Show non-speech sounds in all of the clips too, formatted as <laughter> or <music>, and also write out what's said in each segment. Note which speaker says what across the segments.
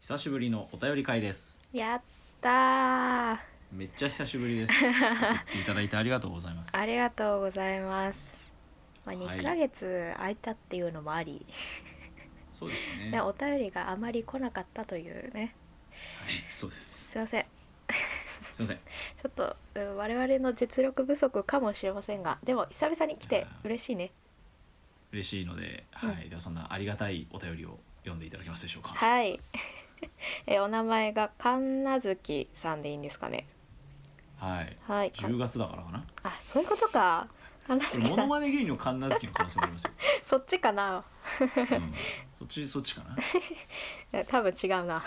Speaker 1: 久しぶりのお便り会です
Speaker 2: やったー
Speaker 1: めっちゃ久しぶりです送っていただいてありがとうございます
Speaker 2: ありがとうございます、まあ、
Speaker 1: はい
Speaker 2: 2ヶ月空いたっていうのもあり、
Speaker 1: そうですね
Speaker 2: ね
Speaker 1: はい
Speaker 2: お便りがあまり来なかったというね
Speaker 1: そうです
Speaker 2: すいませんち
Speaker 1: すいません
Speaker 2: ょっとうん我々の実力不足かもしれませんがでも久々に来て嬉しいね
Speaker 1: 嬉しいのではい、ではそんなありがたいお便りを読んでいただけますでしょうかい
Speaker 2: はい <laughs> えお名前が神奈月さんでいいんですかね
Speaker 1: はい
Speaker 2: はい
Speaker 1: 10月だからかな
Speaker 2: あそういうことか神
Speaker 1: こ
Speaker 2: 奈
Speaker 1: れ
Speaker 2: 月
Speaker 1: モ
Speaker 2: さ
Speaker 1: ノ
Speaker 2: ん
Speaker 1: マネ芸人の神奈月の可能性もあり
Speaker 2: <laughs>
Speaker 1: ますよ、
Speaker 2: そっちかな
Speaker 1: うん、そっちそっちかな
Speaker 2: え多分違うな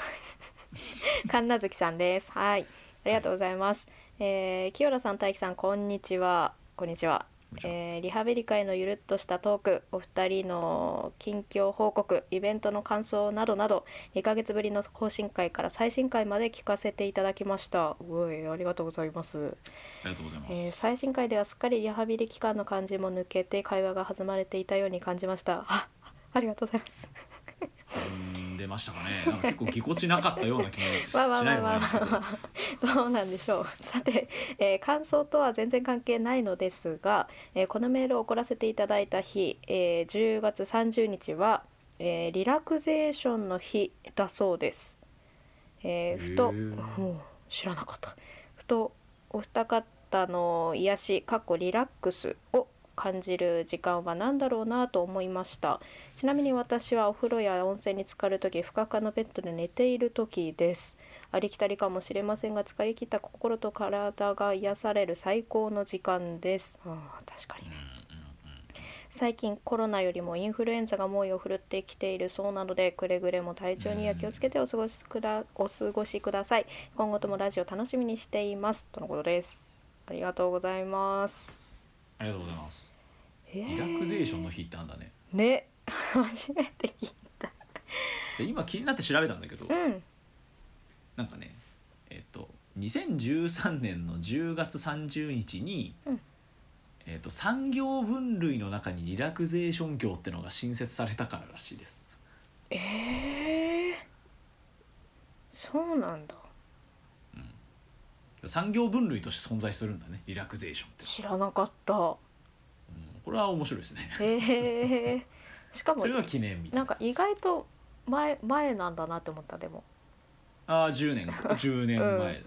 Speaker 2: <laughs> 神奈月さんですはいありがとうございます、えー、清田さん大輝さんこんにちはこんにちはえーリハビリ会のゆるっとしたトークお二人の近況報告イベントの感想などなど2ヶ月ぶりの更新会から最新回まで聞かせていただきましたうおいありがとうございます、
Speaker 1: ありがとうございます、
Speaker 2: えー最新回ではすっかりリハビリ期間の感じも抜けて会話が弾まれていたように感じましたあありがとうございます
Speaker 1: うん出ましたかねなんか結構ぎこちなかったような気もし
Speaker 2: まあまあ
Speaker 1: な
Speaker 2: ま
Speaker 1: い
Speaker 2: あ
Speaker 1: でもない
Speaker 2: ま
Speaker 1: んですけど
Speaker 2: あまあどうなんでしょうさて、えー感想とは全然関係ないのですが、えーこのメールを送らせていただいた日、えー10月30日は、えーリラクゼーションの日だそうです、えーふと
Speaker 1: へー
Speaker 2: もう知らなかったふとお二方の癒しかっこリラックスを感じる時間は何だろうなと思いましたちなみに私はお風呂や温泉に浸かるときふかふかのベッドで寝ているときですありきたりかもしれませんが疲れ切った心と体が癒される最高の時間ですあー確かに
Speaker 1: うん
Speaker 2: ね
Speaker 1: うんうん
Speaker 2: 最近コロナよりもインフルエンザが猛威を振るってきているそうなのでくれぐれも体調には気をつけてお過ごしくだお過ごしください今後ともラジオ楽しみにしていますとのことですありがとうございます
Speaker 1: ありがとうございます
Speaker 2: リ
Speaker 1: リラクゼーションの日ってあんだね
Speaker 2: ね <laughs> 初めて聞いた
Speaker 1: で今気になって調べたんだけど
Speaker 2: うん
Speaker 1: なんかねえっと2013年の10月30日に、
Speaker 2: うん
Speaker 1: えっと産業分類の中にリラクゼーション業ってのが新設されたかららしいです
Speaker 2: えー、そうなんだ
Speaker 1: 産業分類として存在するんだねリラクゼーションって、
Speaker 2: 知らな
Speaker 1: <laughs>
Speaker 2: かった
Speaker 1: うんこれは面白いですね
Speaker 2: えー、しか
Speaker 1: <laughs>
Speaker 2: も
Speaker 1: それは記念みたい
Speaker 2: な
Speaker 1: なん
Speaker 2: か意外と前前なんだなって思ったでも
Speaker 1: ああ10年10年前、
Speaker 2: うん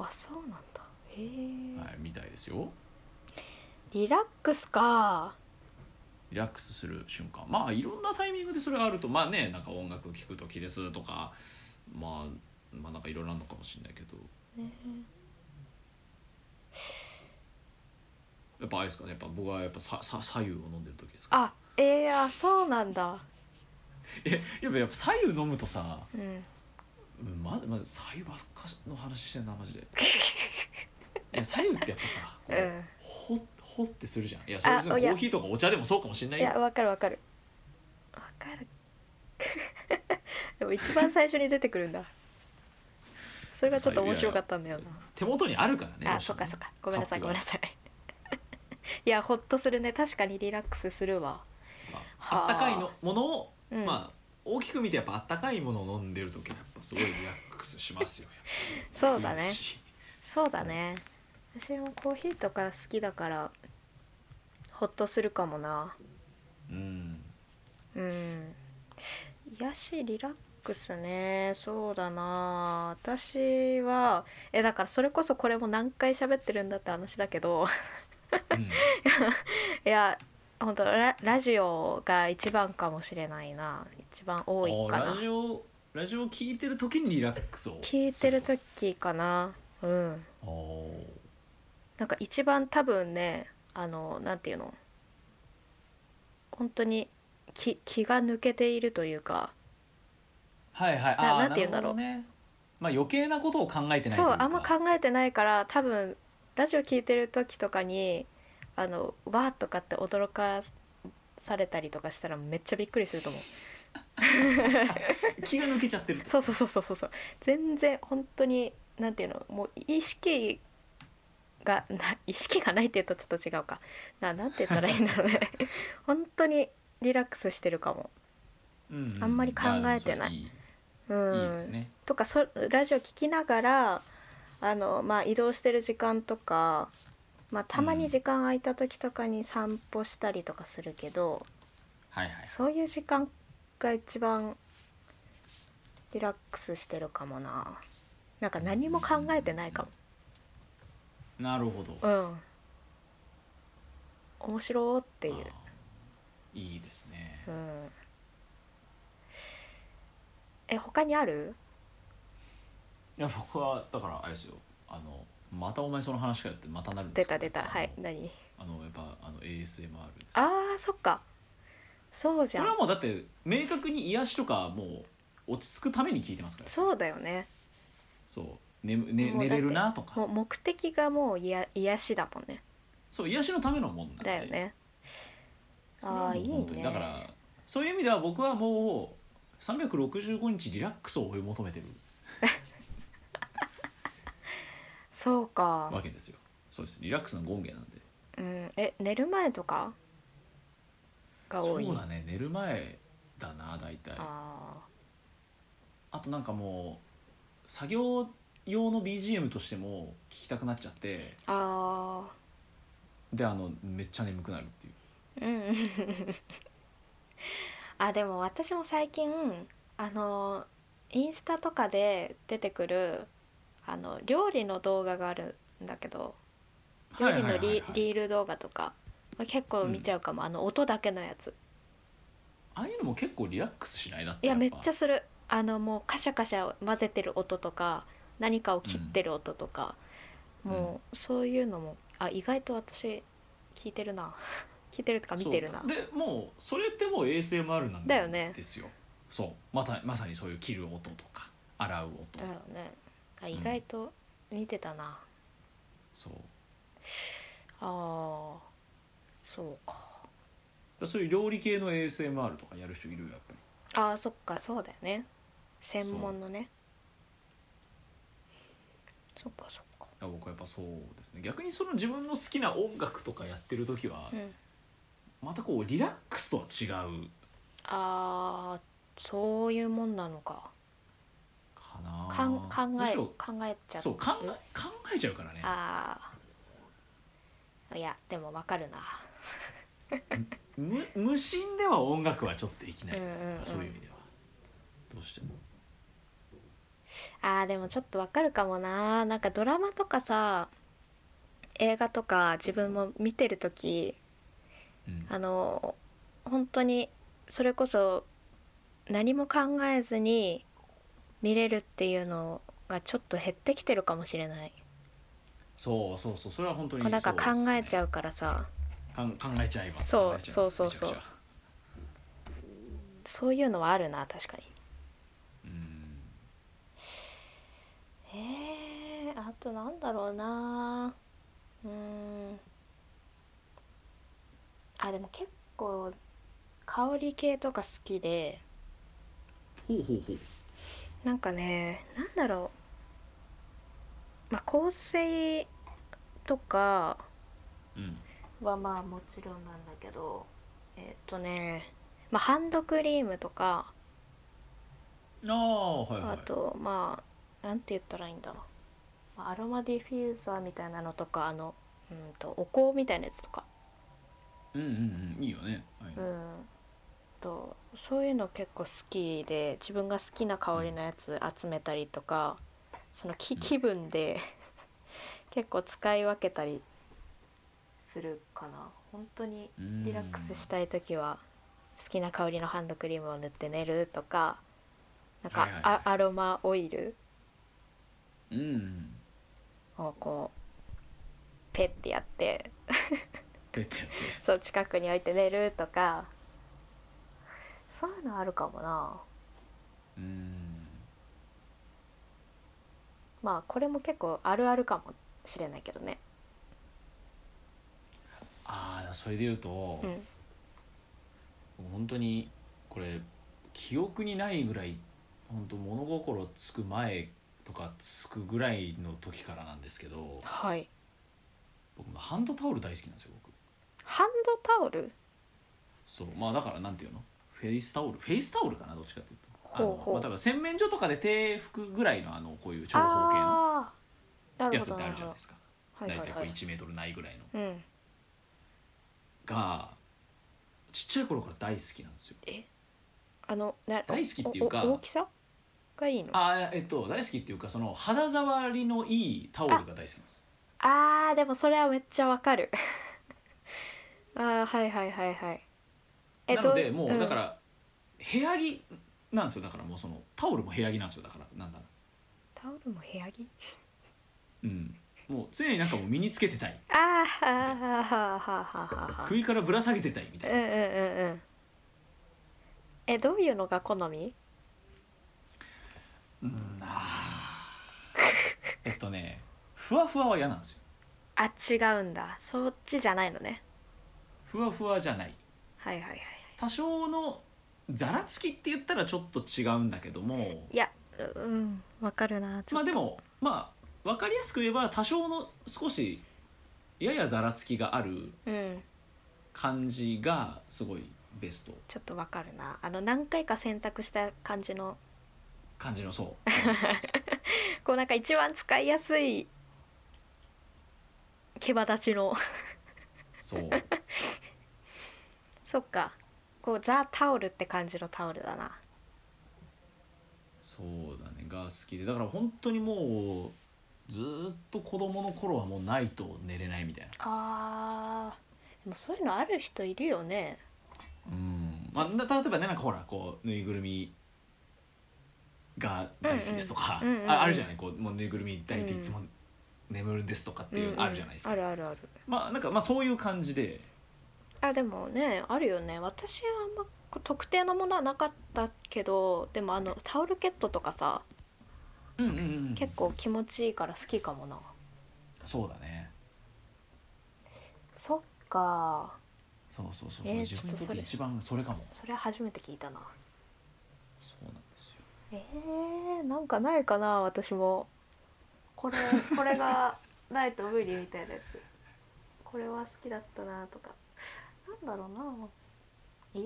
Speaker 2: あそうなんだへえー
Speaker 1: はい、みたいですよ
Speaker 2: リラックスか
Speaker 1: リラックスする瞬間まあいろんなタイミングでそれがあるとまあねなんか音楽聴く時ですとかまあまあなんかいろいろあるのかもしれないけど
Speaker 2: ね
Speaker 1: やっぱあれですかねやっぱ僕はやっぱささ左右を飲んでる時ですか
Speaker 2: あえー、あそうなんだ
Speaker 1: えやっぱやっぱ左右飲むとさ、
Speaker 2: うん
Speaker 1: うん、まま左右ばっかの話してんなマ
Speaker 2: <laughs>
Speaker 1: ジでいや左右ってやっぱさこう、
Speaker 2: うん
Speaker 1: ほっほってするじゃんいやそれ別に
Speaker 2: あ
Speaker 1: コ
Speaker 2: いや
Speaker 1: ーヒーとかお茶でもそうかもしれない
Speaker 2: いや
Speaker 1: よ
Speaker 2: わかるわかるわかる <laughs> でも一番最初に出てくるんだそれがちょっと面白かったんだよ
Speaker 1: 手元にあるからね
Speaker 2: な
Speaker 1: ど
Speaker 2: あ
Speaker 1: し
Speaker 2: そ
Speaker 1: て
Speaker 2: っ
Speaker 1: も
Speaker 2: かそっかごめんなさい
Speaker 1: カ
Speaker 2: ご
Speaker 1: ップが
Speaker 2: めんなさい <laughs> いやほっとするね確かにリラックスするわ
Speaker 1: ま
Speaker 2: は
Speaker 1: あ
Speaker 2: あ
Speaker 1: あったかいのものを、
Speaker 2: うん
Speaker 1: まあ大きく見てやっぱあったかいものを飲んでる時はやっぱすごいリラックスしますよ
Speaker 2: そうだね
Speaker 1: いいし
Speaker 2: そうだね私もコーヒーとか好きだからほっとするかもな
Speaker 1: うん
Speaker 2: うん癒しリラックスねそうだな私はえだからそれこそこれも何回喋ってるんだって話だけど <laughs>
Speaker 1: うん
Speaker 2: いや本当ララジオが一番かもしれないな一番多いか
Speaker 1: あー
Speaker 2: な
Speaker 1: ラジオラジオ聞いてる時にリラックスを
Speaker 2: 聞いてる時かなうん
Speaker 1: あー
Speaker 2: なんか一番多分ねあのなんていうの本当に気気が抜けているというか
Speaker 1: はいはい
Speaker 2: な
Speaker 1: あー
Speaker 2: なんて言うんだろう
Speaker 1: なるほどねまあ余計なことを考えてないと
Speaker 2: そ
Speaker 1: いううか
Speaker 2: あんま考えてないから多分ラジオ聞いてる時とかにあのわーとかって驚かされたりとかしたらめっちゃびっくりすると思う
Speaker 1: 気が抜けちゃってると
Speaker 2: そうそうそうそうそうそう全然本当になんていうのもう意識がな意識がないって言うとちょっと違うかななんて言ったらいいんだろう
Speaker 1: <laughs>
Speaker 2: ね本当にリラックスしてるかも
Speaker 1: うう
Speaker 2: あんまり考えて
Speaker 1: やで
Speaker 2: ない
Speaker 1: もそれいい
Speaker 2: うん
Speaker 1: いいですね。
Speaker 2: とかそラジオ聞きながらあの、まあ、移動してる時間とか、まあ、たまに時間空いた時とかに散歩したりとかするけど、
Speaker 1: はいはい。
Speaker 2: そういう時間が一番リラックスしてるかもななんか何も考えてないか
Speaker 1: なるほど。
Speaker 2: もうん面白ーっていう、
Speaker 1: あーいいですね。
Speaker 2: うん、え他にある
Speaker 1: いや僕はだからあれですよ。あのまたお前その話かよってまたなるんで
Speaker 2: 出
Speaker 1: すけ
Speaker 2: た
Speaker 1: ど。
Speaker 2: 出た
Speaker 1: あの
Speaker 2: はい。何
Speaker 1: あのやっぱあの ASMR ですよ。
Speaker 2: あーそっかそうじ
Speaker 1: こ
Speaker 2: ゃ
Speaker 1: れ
Speaker 2: ん
Speaker 1: はもうだって明確に癒しとかもう落ち着くために聞いてますから。
Speaker 2: そうだよね
Speaker 1: そう。眠ね、
Speaker 2: もうだ
Speaker 1: 寝
Speaker 2: って
Speaker 1: れるなとか
Speaker 2: もう目的がもういや癒しだもんね
Speaker 1: そう癒しのためのもんなんで
Speaker 2: だよね
Speaker 1: それはもう
Speaker 2: あーいいね
Speaker 1: 本当にだからそういう意味では僕はもう365日リラックスを追い求めてる
Speaker 2: そうか
Speaker 1: わけですよそうですリラックスの権限なんで
Speaker 2: うんえ寝る前とかが
Speaker 1: そ
Speaker 2: 多いう
Speaker 1: だね寝る前だな大体あ
Speaker 2: あ
Speaker 1: となんかもう作業用の BGM としても聴きたくなっちゃって
Speaker 2: ーあ
Speaker 1: であのめっちゃ眠くなるっていう
Speaker 2: ーうん <laughs> あでも私も最近あのインスタとかで出てくるあの料理の動画があるんだけど料理のリ,、リール動画とか結構見ちゃうかも、あの音だけのやつ
Speaker 1: ああいうのも結構リラックスしないだって
Speaker 2: いや
Speaker 1: っぱ
Speaker 2: めっちゃするあのもうカシャカシャ混ぜてる音とか何かを切ってる音とか、
Speaker 1: うん
Speaker 2: もうそういうのもあ意外と私聞いてるな <laughs> 聞いてるとか見てるな
Speaker 1: そうでもうそれってもう ASMR なん
Speaker 2: だよね
Speaker 1: ですよそうまたまさにそういう切る音とか洗う音、
Speaker 2: だよねあ意外と見てたな、
Speaker 1: そう
Speaker 2: ああそうか
Speaker 1: だそういう料理系の ASMR とかやる人いるよやっぱり
Speaker 2: あーそっかそうだよね専門のねそっかそっ
Speaker 1: だ
Speaker 2: か
Speaker 1: から僕はやっぱそうですね逆にその自分の好きな音楽とかやってる時は、
Speaker 2: うん
Speaker 1: またこうリラックスとは違う
Speaker 2: ああそういうもんなのか
Speaker 1: かな
Speaker 2: かん考
Speaker 1: む
Speaker 2: え
Speaker 1: し
Speaker 2: 考
Speaker 1: ろ
Speaker 2: えちゃ
Speaker 1: そう考え考えちゃうからね
Speaker 2: ああいやでもわかるな
Speaker 1: 無無心では音楽はちょっとできない、
Speaker 2: うんうんうん
Speaker 1: そういう意味ではどうしても
Speaker 2: あーでもちょっとわかるかもななんかドラマとかさ映画とか自分も見てる時
Speaker 1: うん
Speaker 2: あの本当にそれこそ何も考えずに見れるっていうのがちょっと減ってきてるかもしれない
Speaker 1: そうそうそうそれは本当に
Speaker 2: なんか
Speaker 1: そうです
Speaker 2: 考
Speaker 1: ね
Speaker 2: えちゃうからさ
Speaker 1: かん考えちゃいます
Speaker 2: そう
Speaker 1: 考えちゃいます
Speaker 2: そうそうそう
Speaker 1: めちゃくちゃ
Speaker 2: そういうのはあるな確かに
Speaker 1: うん
Speaker 2: えー、あとなんだろうなうーんあでも結構香り系とか好きで
Speaker 1: ほうほうほう
Speaker 2: なんかねなんだろうまあ香水とか
Speaker 1: うん
Speaker 2: はまあもちろんなんだけどえっとねまあハンドクリームとか
Speaker 1: ああはいは
Speaker 2: あ
Speaker 1: い
Speaker 2: とまあなんて言ったらいいんだろうまあアロマディフューザーみたいなのとかあのうんとお香みたいなやつとか
Speaker 1: うんうんうんいいよね、はい
Speaker 2: うんとそういうの結構好きで自分が好きな香りのやつ集めたりとかその気
Speaker 1: うん
Speaker 2: 気分で <laughs> 結構使い分けたりするかな本当に
Speaker 1: うん
Speaker 2: リラックスしたい時は好きな香りのハンドクリームを塗って寝るとかなんか
Speaker 1: はいはいはい
Speaker 2: あアロマオイル
Speaker 1: うんうん
Speaker 2: をこうペッてやって
Speaker 1: ペッてやって
Speaker 2: そう近くに置いて寝るとかそういうのあるかもな
Speaker 1: うん
Speaker 2: まあこれも結構あるあるかもしれないけどね
Speaker 1: ああそれで言うと
Speaker 2: う、ん
Speaker 1: 本当にこれ記憶にないぐらい本当物心つく前とかつくぐらいの時からなんですけど
Speaker 2: はい
Speaker 1: 僕ハンドタオル大好きなんですよ僕
Speaker 2: ハンドタオル
Speaker 1: そうまあだからなんていうのフェイスタオルフェイスタオルかなどっちかっていうとあの
Speaker 2: ほうほう
Speaker 1: まあ、多分洗面所とかで手拭くぐらいのあのこういう長方形の
Speaker 2: ああなる
Speaker 1: や
Speaker 2: ほ
Speaker 1: つっ
Speaker 2: ど
Speaker 1: て
Speaker 2: な
Speaker 1: ある
Speaker 2: るほ
Speaker 1: じゃない
Speaker 2: ど
Speaker 1: ですか
Speaker 2: はいはい
Speaker 1: 大体こ
Speaker 2: は
Speaker 1: う
Speaker 2: い
Speaker 1: 1メートルないぐらいの
Speaker 2: うん
Speaker 1: がちっちゃい頃から大好きなんですよ
Speaker 2: あのな
Speaker 1: 大好きっていうか
Speaker 2: おお大きさがいいのあ
Speaker 1: あーえっと大好きっていうかその肌触りのいいタオルが大好きなんです
Speaker 2: あーでもそれはめっちゃわかる <laughs> ああはいはいはいはい、
Speaker 1: なのでもうだからら部屋着なんですよだからもうそのタオルも部屋着なんですよだからなんだろ
Speaker 2: タオルも部屋着
Speaker 1: ううんもう常になんかもう身につけてたい
Speaker 2: ああはあはあはあはあはあはあ
Speaker 1: 首からぶら下げてたいみた
Speaker 2: うん
Speaker 1: い
Speaker 2: う
Speaker 1: な
Speaker 2: んうんうんえどういうのが好み
Speaker 1: うんあーえっとねふわふわは嫌なんですよ
Speaker 2: あ違うんだそっちじゃないのね
Speaker 1: ふわふわじゃない
Speaker 2: はいはいはいはい
Speaker 1: 多少のざらつきって言ったらちょっと違うんだけども
Speaker 2: いやううんわかるなち
Speaker 1: まあ
Speaker 2: ょっ
Speaker 1: で
Speaker 2: と
Speaker 1: もまあ分かりやすく言えば多少の少しややざらつきがある
Speaker 2: うん
Speaker 1: 感じがすごいベスト
Speaker 2: ちょっとわかるなあの何回か選択した感じの
Speaker 1: 感じのそう <laughs>
Speaker 2: こうなんか一番使いやすい毛羽立ちの <laughs>
Speaker 1: そう
Speaker 2: そっかこうザ・タオルって感じのタオルだな
Speaker 1: そうだねが好きでだから本当にもうずーっと子供の頃はもうないと寝れないみたいな
Speaker 2: あーでもそういうのある人いるよね
Speaker 1: うんまあな例えばねなんかほらこうぬいぐるみが大好きですとか、
Speaker 2: うんうんうんうん
Speaker 1: ああるじゃないこうもうぬいぐるみ抱いていつも眠るんですとかっていうのあるじゃないですか、
Speaker 2: うんうんあるあるある
Speaker 1: まあなんかまあそういう感じで
Speaker 2: あでもねあるよね私はあんまこ特定のものはなかったけどでもあのタオルケットとかさ
Speaker 1: うんうんうん
Speaker 2: 結構気持ちいいから好きかもな
Speaker 1: そうだね
Speaker 2: そっか
Speaker 1: そうそうそうそう、
Speaker 2: えー
Speaker 1: 自分にとって一番それかも
Speaker 2: それは初めて聞いたな
Speaker 1: そうなんですよ
Speaker 2: えー、なんかないかな私もこれこれが <laughs> ないと無理みたいなやつこれは好きだったなとかなんだろうな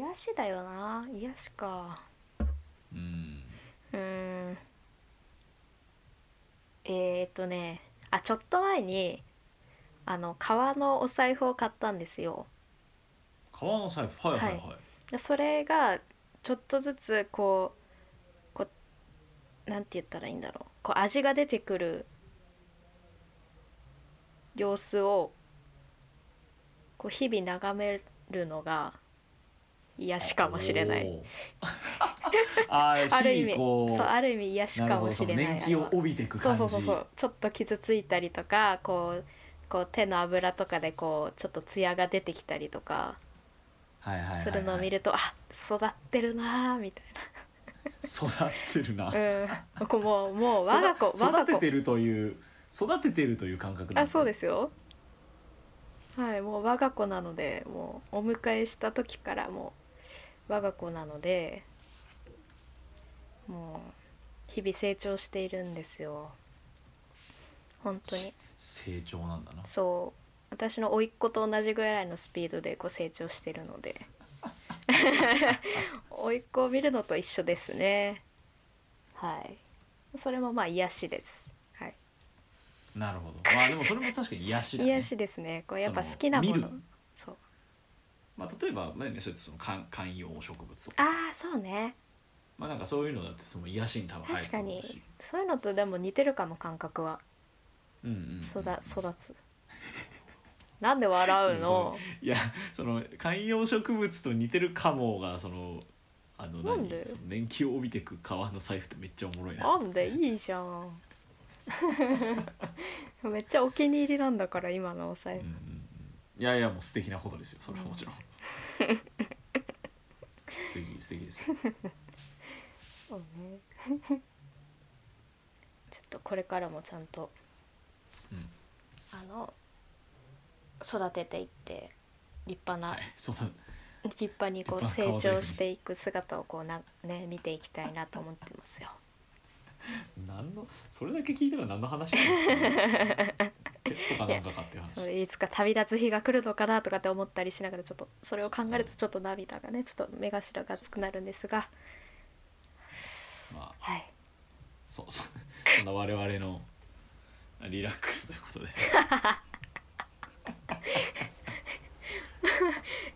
Speaker 2: 癒しだよな癒しか
Speaker 1: うん
Speaker 2: うーんえー、っとねあちょっと前にあの革のお財布を買ったんですよ
Speaker 1: 革の財布はいはいはい、
Speaker 2: でそれがちょっとずつこうこうなんて言ったらいいんだろうこう味が出てくる様子をこう日々眺めるのが癒しかもしれない
Speaker 1: おーあー
Speaker 2: <laughs> ある意
Speaker 1: 日
Speaker 2: 味
Speaker 1: 々こう
Speaker 2: そうある意味癒し
Speaker 1: なる
Speaker 2: か
Speaker 1: ほ
Speaker 2: も
Speaker 1: ど
Speaker 2: し
Speaker 1: そ
Speaker 2: れ
Speaker 1: の
Speaker 2: な
Speaker 1: 年
Speaker 2: い
Speaker 1: 季
Speaker 2: あれ
Speaker 1: を
Speaker 2: は
Speaker 1: 帯びてく
Speaker 2: そう
Speaker 1: 感じ
Speaker 2: そうそうそうちょっと傷ついたりとかこうこう手の油とかでこうちょっとツヤが出てきたりとか
Speaker 1: はいはいはいはい
Speaker 2: するのを見ると、あ育ってるなーみたい
Speaker 1: 育ってるな、
Speaker 2: な、うん、こうもうもう
Speaker 1: 育
Speaker 2: 我が子我が
Speaker 1: <laughs> 育て
Speaker 2: 子
Speaker 1: てるという育ててるという感覚なん
Speaker 2: あそうですすよはいもう我が子なのでもうお迎えした時からもう我が子なのでもう日々成長しているんですよ本当に
Speaker 1: 成長なんだな
Speaker 2: そう私の甥っ子と同じぐらいのスピードでこう成長してるので <laughs> 甥っ子を見るのと一緒ですねはいそれもまあ癒しです、はい、
Speaker 1: なるほどまあでもそれも確かに癒しだね
Speaker 2: 癒しですねこうやっぱ
Speaker 1: その
Speaker 2: 好きなも
Speaker 1: 見
Speaker 2: の
Speaker 1: る
Speaker 2: そう
Speaker 1: まあ、例えば、まあね、そうやってその観観葉植物とかさ
Speaker 2: ああそうね
Speaker 1: まあなんかそういうのだってその癒しに多分入る
Speaker 2: 確
Speaker 1: と
Speaker 2: か
Speaker 1: 思
Speaker 2: に
Speaker 1: うし、
Speaker 2: そういうのとでも似てるかも感覚は
Speaker 1: うんうんうん、
Speaker 2: 育育つなんで笑うの
Speaker 1: いやその観葉植物と似てるかもがそのあの
Speaker 2: なん
Speaker 1: 何
Speaker 2: で
Speaker 1: その年季を帯びてく革の財布ってめっちゃおもろいな
Speaker 2: なんでいいじゃん <laughs> めっちゃお気に入りなんだから今のお財
Speaker 1: うん
Speaker 2: 布
Speaker 1: うんうんいやいやもう素敵なことですよそれはもちろん <laughs> 素敵素敵ですよ
Speaker 2: そうね <laughs> ちょっとこれからもちゃんと、
Speaker 1: うん
Speaker 2: あの育てていって立派な、
Speaker 1: はいそうだ
Speaker 2: 立派にこう
Speaker 1: 立
Speaker 2: 成
Speaker 1: 派な
Speaker 2: 長
Speaker 1: 顔
Speaker 2: していく姿をこうなね見ていきたいなと思ってますよ。
Speaker 1: 何のそれだけ聞いたら何の話かなペットかなんかかっていう話
Speaker 2: いつか旅立つ日が来るのかなとかって思ったりしながらちょっとそれを考えるとちょっと涙がねちょっと目頭が熱くなるんですが
Speaker 1: そうそうそんな我々のリラックスということで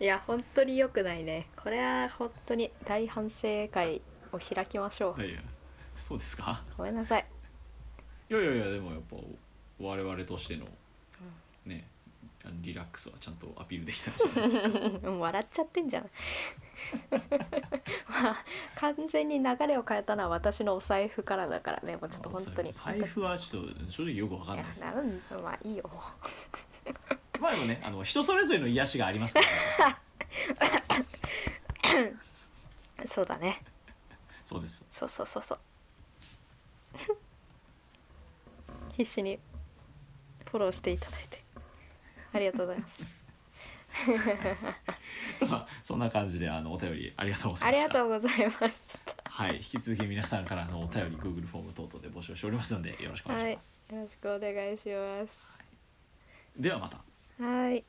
Speaker 2: いや本当に良くないねこれは本当に大反省会を開きましょう、
Speaker 1: いやいやそうですか
Speaker 2: ごめんなさい <laughs>
Speaker 1: いやいやいやでもやっぱ我々としてのねあのリラックスはちゃんとアピールできたんじゃないですか
Speaker 2: うん笑っちゃってんじゃん <laughs> まあ完全に流れを変えたのは私のお財布からだからね <laughs> もうちょっと本当に
Speaker 1: 財布はちょっと正直よくわかん
Speaker 2: い
Speaker 1: な
Speaker 2: や
Speaker 1: いです
Speaker 2: なんまあいいよも
Speaker 1: まあでもねあの人それぞれの癒しがあります
Speaker 2: <laughs>
Speaker 1: から、ね、
Speaker 2: うそうだね
Speaker 1: そうです
Speaker 2: そうそうそうそう <laughs> 必死にフォローしていただいてありがとうございます
Speaker 1: とはそんな感じであのお便りありがとうござ
Speaker 2: あ
Speaker 1: いま
Speaker 2: り
Speaker 1: し
Speaker 2: が
Speaker 1: た
Speaker 2: とうございました
Speaker 1: はい引き続き皆さんからのお便り Google フォーム等々で募集しておりますのでよろしくお願いします、
Speaker 2: よろしくお願いします
Speaker 1: ではまた
Speaker 2: はい